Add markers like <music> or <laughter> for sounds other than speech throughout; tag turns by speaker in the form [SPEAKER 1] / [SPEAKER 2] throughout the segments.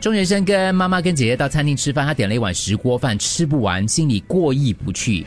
[SPEAKER 1] 中学生跟妈妈跟姐姐到餐厅吃饭，他点了一碗石锅饭，吃不完，心里过意不去。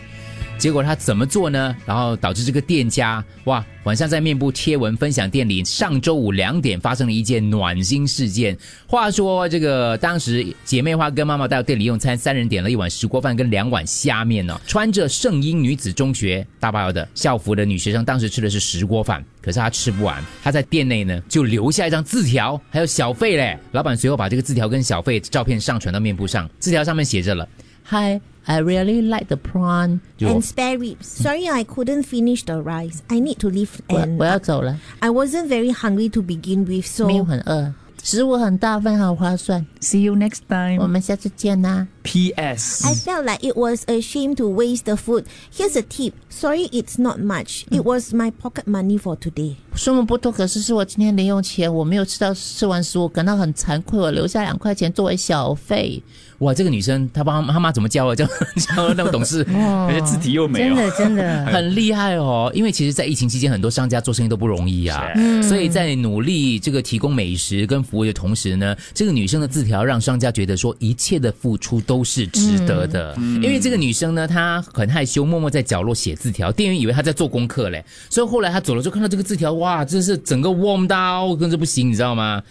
[SPEAKER 1] 结果他怎么做呢？然后导致这个店家哇，晚上在面部贴文分享店里上周五两点发生了一件暖心事件。话说这个当时姐妹花跟妈妈到店里用餐，三人点了一碗石锅饭跟两碗虾面呢、穿着圣婴女子中学大包的校服的女学生，当时吃的是石锅饭，可是她吃不完，她在店内呢就留下一张字条，还有小费嘞。老板随后把这个字条跟小费照片上传到面部上，字条上面写着了。Hi, I really like the prawn。就
[SPEAKER 2] And spare ribs. Sorry, I couldn't finish the rice. I need to leave
[SPEAKER 3] 我
[SPEAKER 1] 哎
[SPEAKER 2] and
[SPEAKER 3] 我要走了，
[SPEAKER 2] I wasn't very hungry to begin with,
[SPEAKER 3] 没有
[SPEAKER 2] so
[SPEAKER 3] 很饿，食物很大份，好划算。
[SPEAKER 4] See you next
[SPEAKER 3] 我
[SPEAKER 1] 嗯
[SPEAKER 4] time.
[SPEAKER 3] 们下次见啊啦、
[SPEAKER 2] I
[SPEAKER 4] P.S.
[SPEAKER 2] felt like it was a shame to waste the food. Here's a tip. Sorry, it's not much. It was my pocket money for today.
[SPEAKER 3] 数目不多，可是是我今天零用钱，我没有吃到吃完食物，感到很惭愧，我留下两块钱作为小费。
[SPEAKER 1] 哇，这个女生她帮她妈怎么教啊？ <laughs> 教教那么懂事，
[SPEAKER 4] 而且字体又美
[SPEAKER 5] 真
[SPEAKER 4] 哦。
[SPEAKER 5] 的真的，
[SPEAKER 1] 很厉害哦。因为其实，在疫情期间，很多商家做生意都不容易啊，所以在努力这个提供美食跟服务的同时呢，这个女生的字条让商家觉得说，一切的付出都是值得的。因为这个女生呢，她很害羞，默默在角落写字条，店员以为她在做功课嘞，所以后来她走了之后看到这个字条，哇，真是整个 warm 到跟着不行，你知道吗？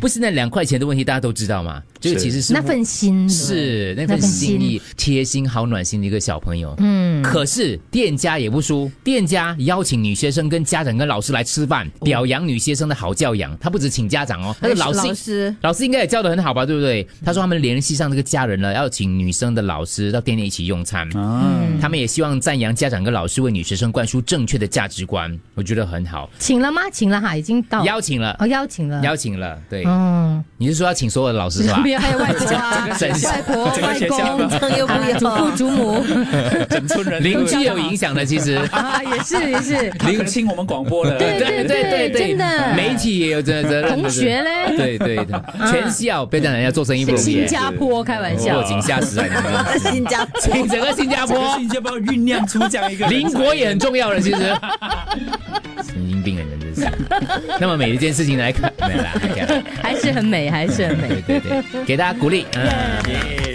[SPEAKER 1] 不是那两块钱的问题，大家都知道嘛。这个
[SPEAKER 4] 是
[SPEAKER 1] 其实是
[SPEAKER 5] 那份心
[SPEAKER 1] 是嗯那
[SPEAKER 5] 那
[SPEAKER 1] 份
[SPEAKER 5] 份
[SPEAKER 1] 心
[SPEAKER 5] 心
[SPEAKER 1] 意、贴心、好暖心的一个小朋友。嗯，可是店家也不输，店家邀请女学生跟家长跟老师来吃饭，表扬女学生的好教养。他不止请家长哦，他的老
[SPEAKER 3] 哎
[SPEAKER 1] 师。嗯
[SPEAKER 2] 师
[SPEAKER 1] 老师应该也教的很好吧，对不对？他说他们联系上这个家人了，要请女生的老师到店内一起用餐。
[SPEAKER 4] 啊，
[SPEAKER 1] 他们也希望赞扬家长跟老师为女学生灌输正确的价值观，我觉得很好。
[SPEAKER 5] 请了吗？请了哈，已经到
[SPEAKER 1] 邀请了，
[SPEAKER 5] 哦，邀请了，
[SPEAKER 1] 邀请了，对，
[SPEAKER 5] 嗯，
[SPEAKER 1] 你是说要请所有的老师是 <laughs> 吧
[SPEAKER 5] 没？有，还有外婆啊、
[SPEAKER 1] 整个
[SPEAKER 5] 外婆、
[SPEAKER 4] 整个
[SPEAKER 5] 外
[SPEAKER 4] 学校
[SPEAKER 5] 公、
[SPEAKER 2] 这又不
[SPEAKER 5] 啊祖父、祖母
[SPEAKER 4] 整村人
[SPEAKER 1] 邻居有影响的，其实。
[SPEAKER 5] 啊，也是也是，
[SPEAKER 1] <laughs>
[SPEAKER 4] 他可能听我们广播的。
[SPEAKER 5] 对
[SPEAKER 4] <laughs>
[SPEAKER 1] 对对对对，
[SPEAKER 5] 真的
[SPEAKER 1] 媒体也有责责任。
[SPEAKER 5] 同学嘞
[SPEAKER 1] 对对对，全校别讲人家做生意不容易，
[SPEAKER 5] 新加坡开玩笑
[SPEAKER 1] 落，井下石啊！你们
[SPEAKER 2] 新加坡
[SPEAKER 1] 请整个新加
[SPEAKER 4] 可
[SPEAKER 1] 坡
[SPEAKER 4] 是，你要不要酝酿出这样一个人才
[SPEAKER 1] 邻国也很重要的，其实。神经病的人真是。那么每一件事情来看，没有啦，OK 啦
[SPEAKER 5] 还是很美，还是很美。
[SPEAKER 1] 对对对，给大家鼓励。嗯。
[SPEAKER 4] 耶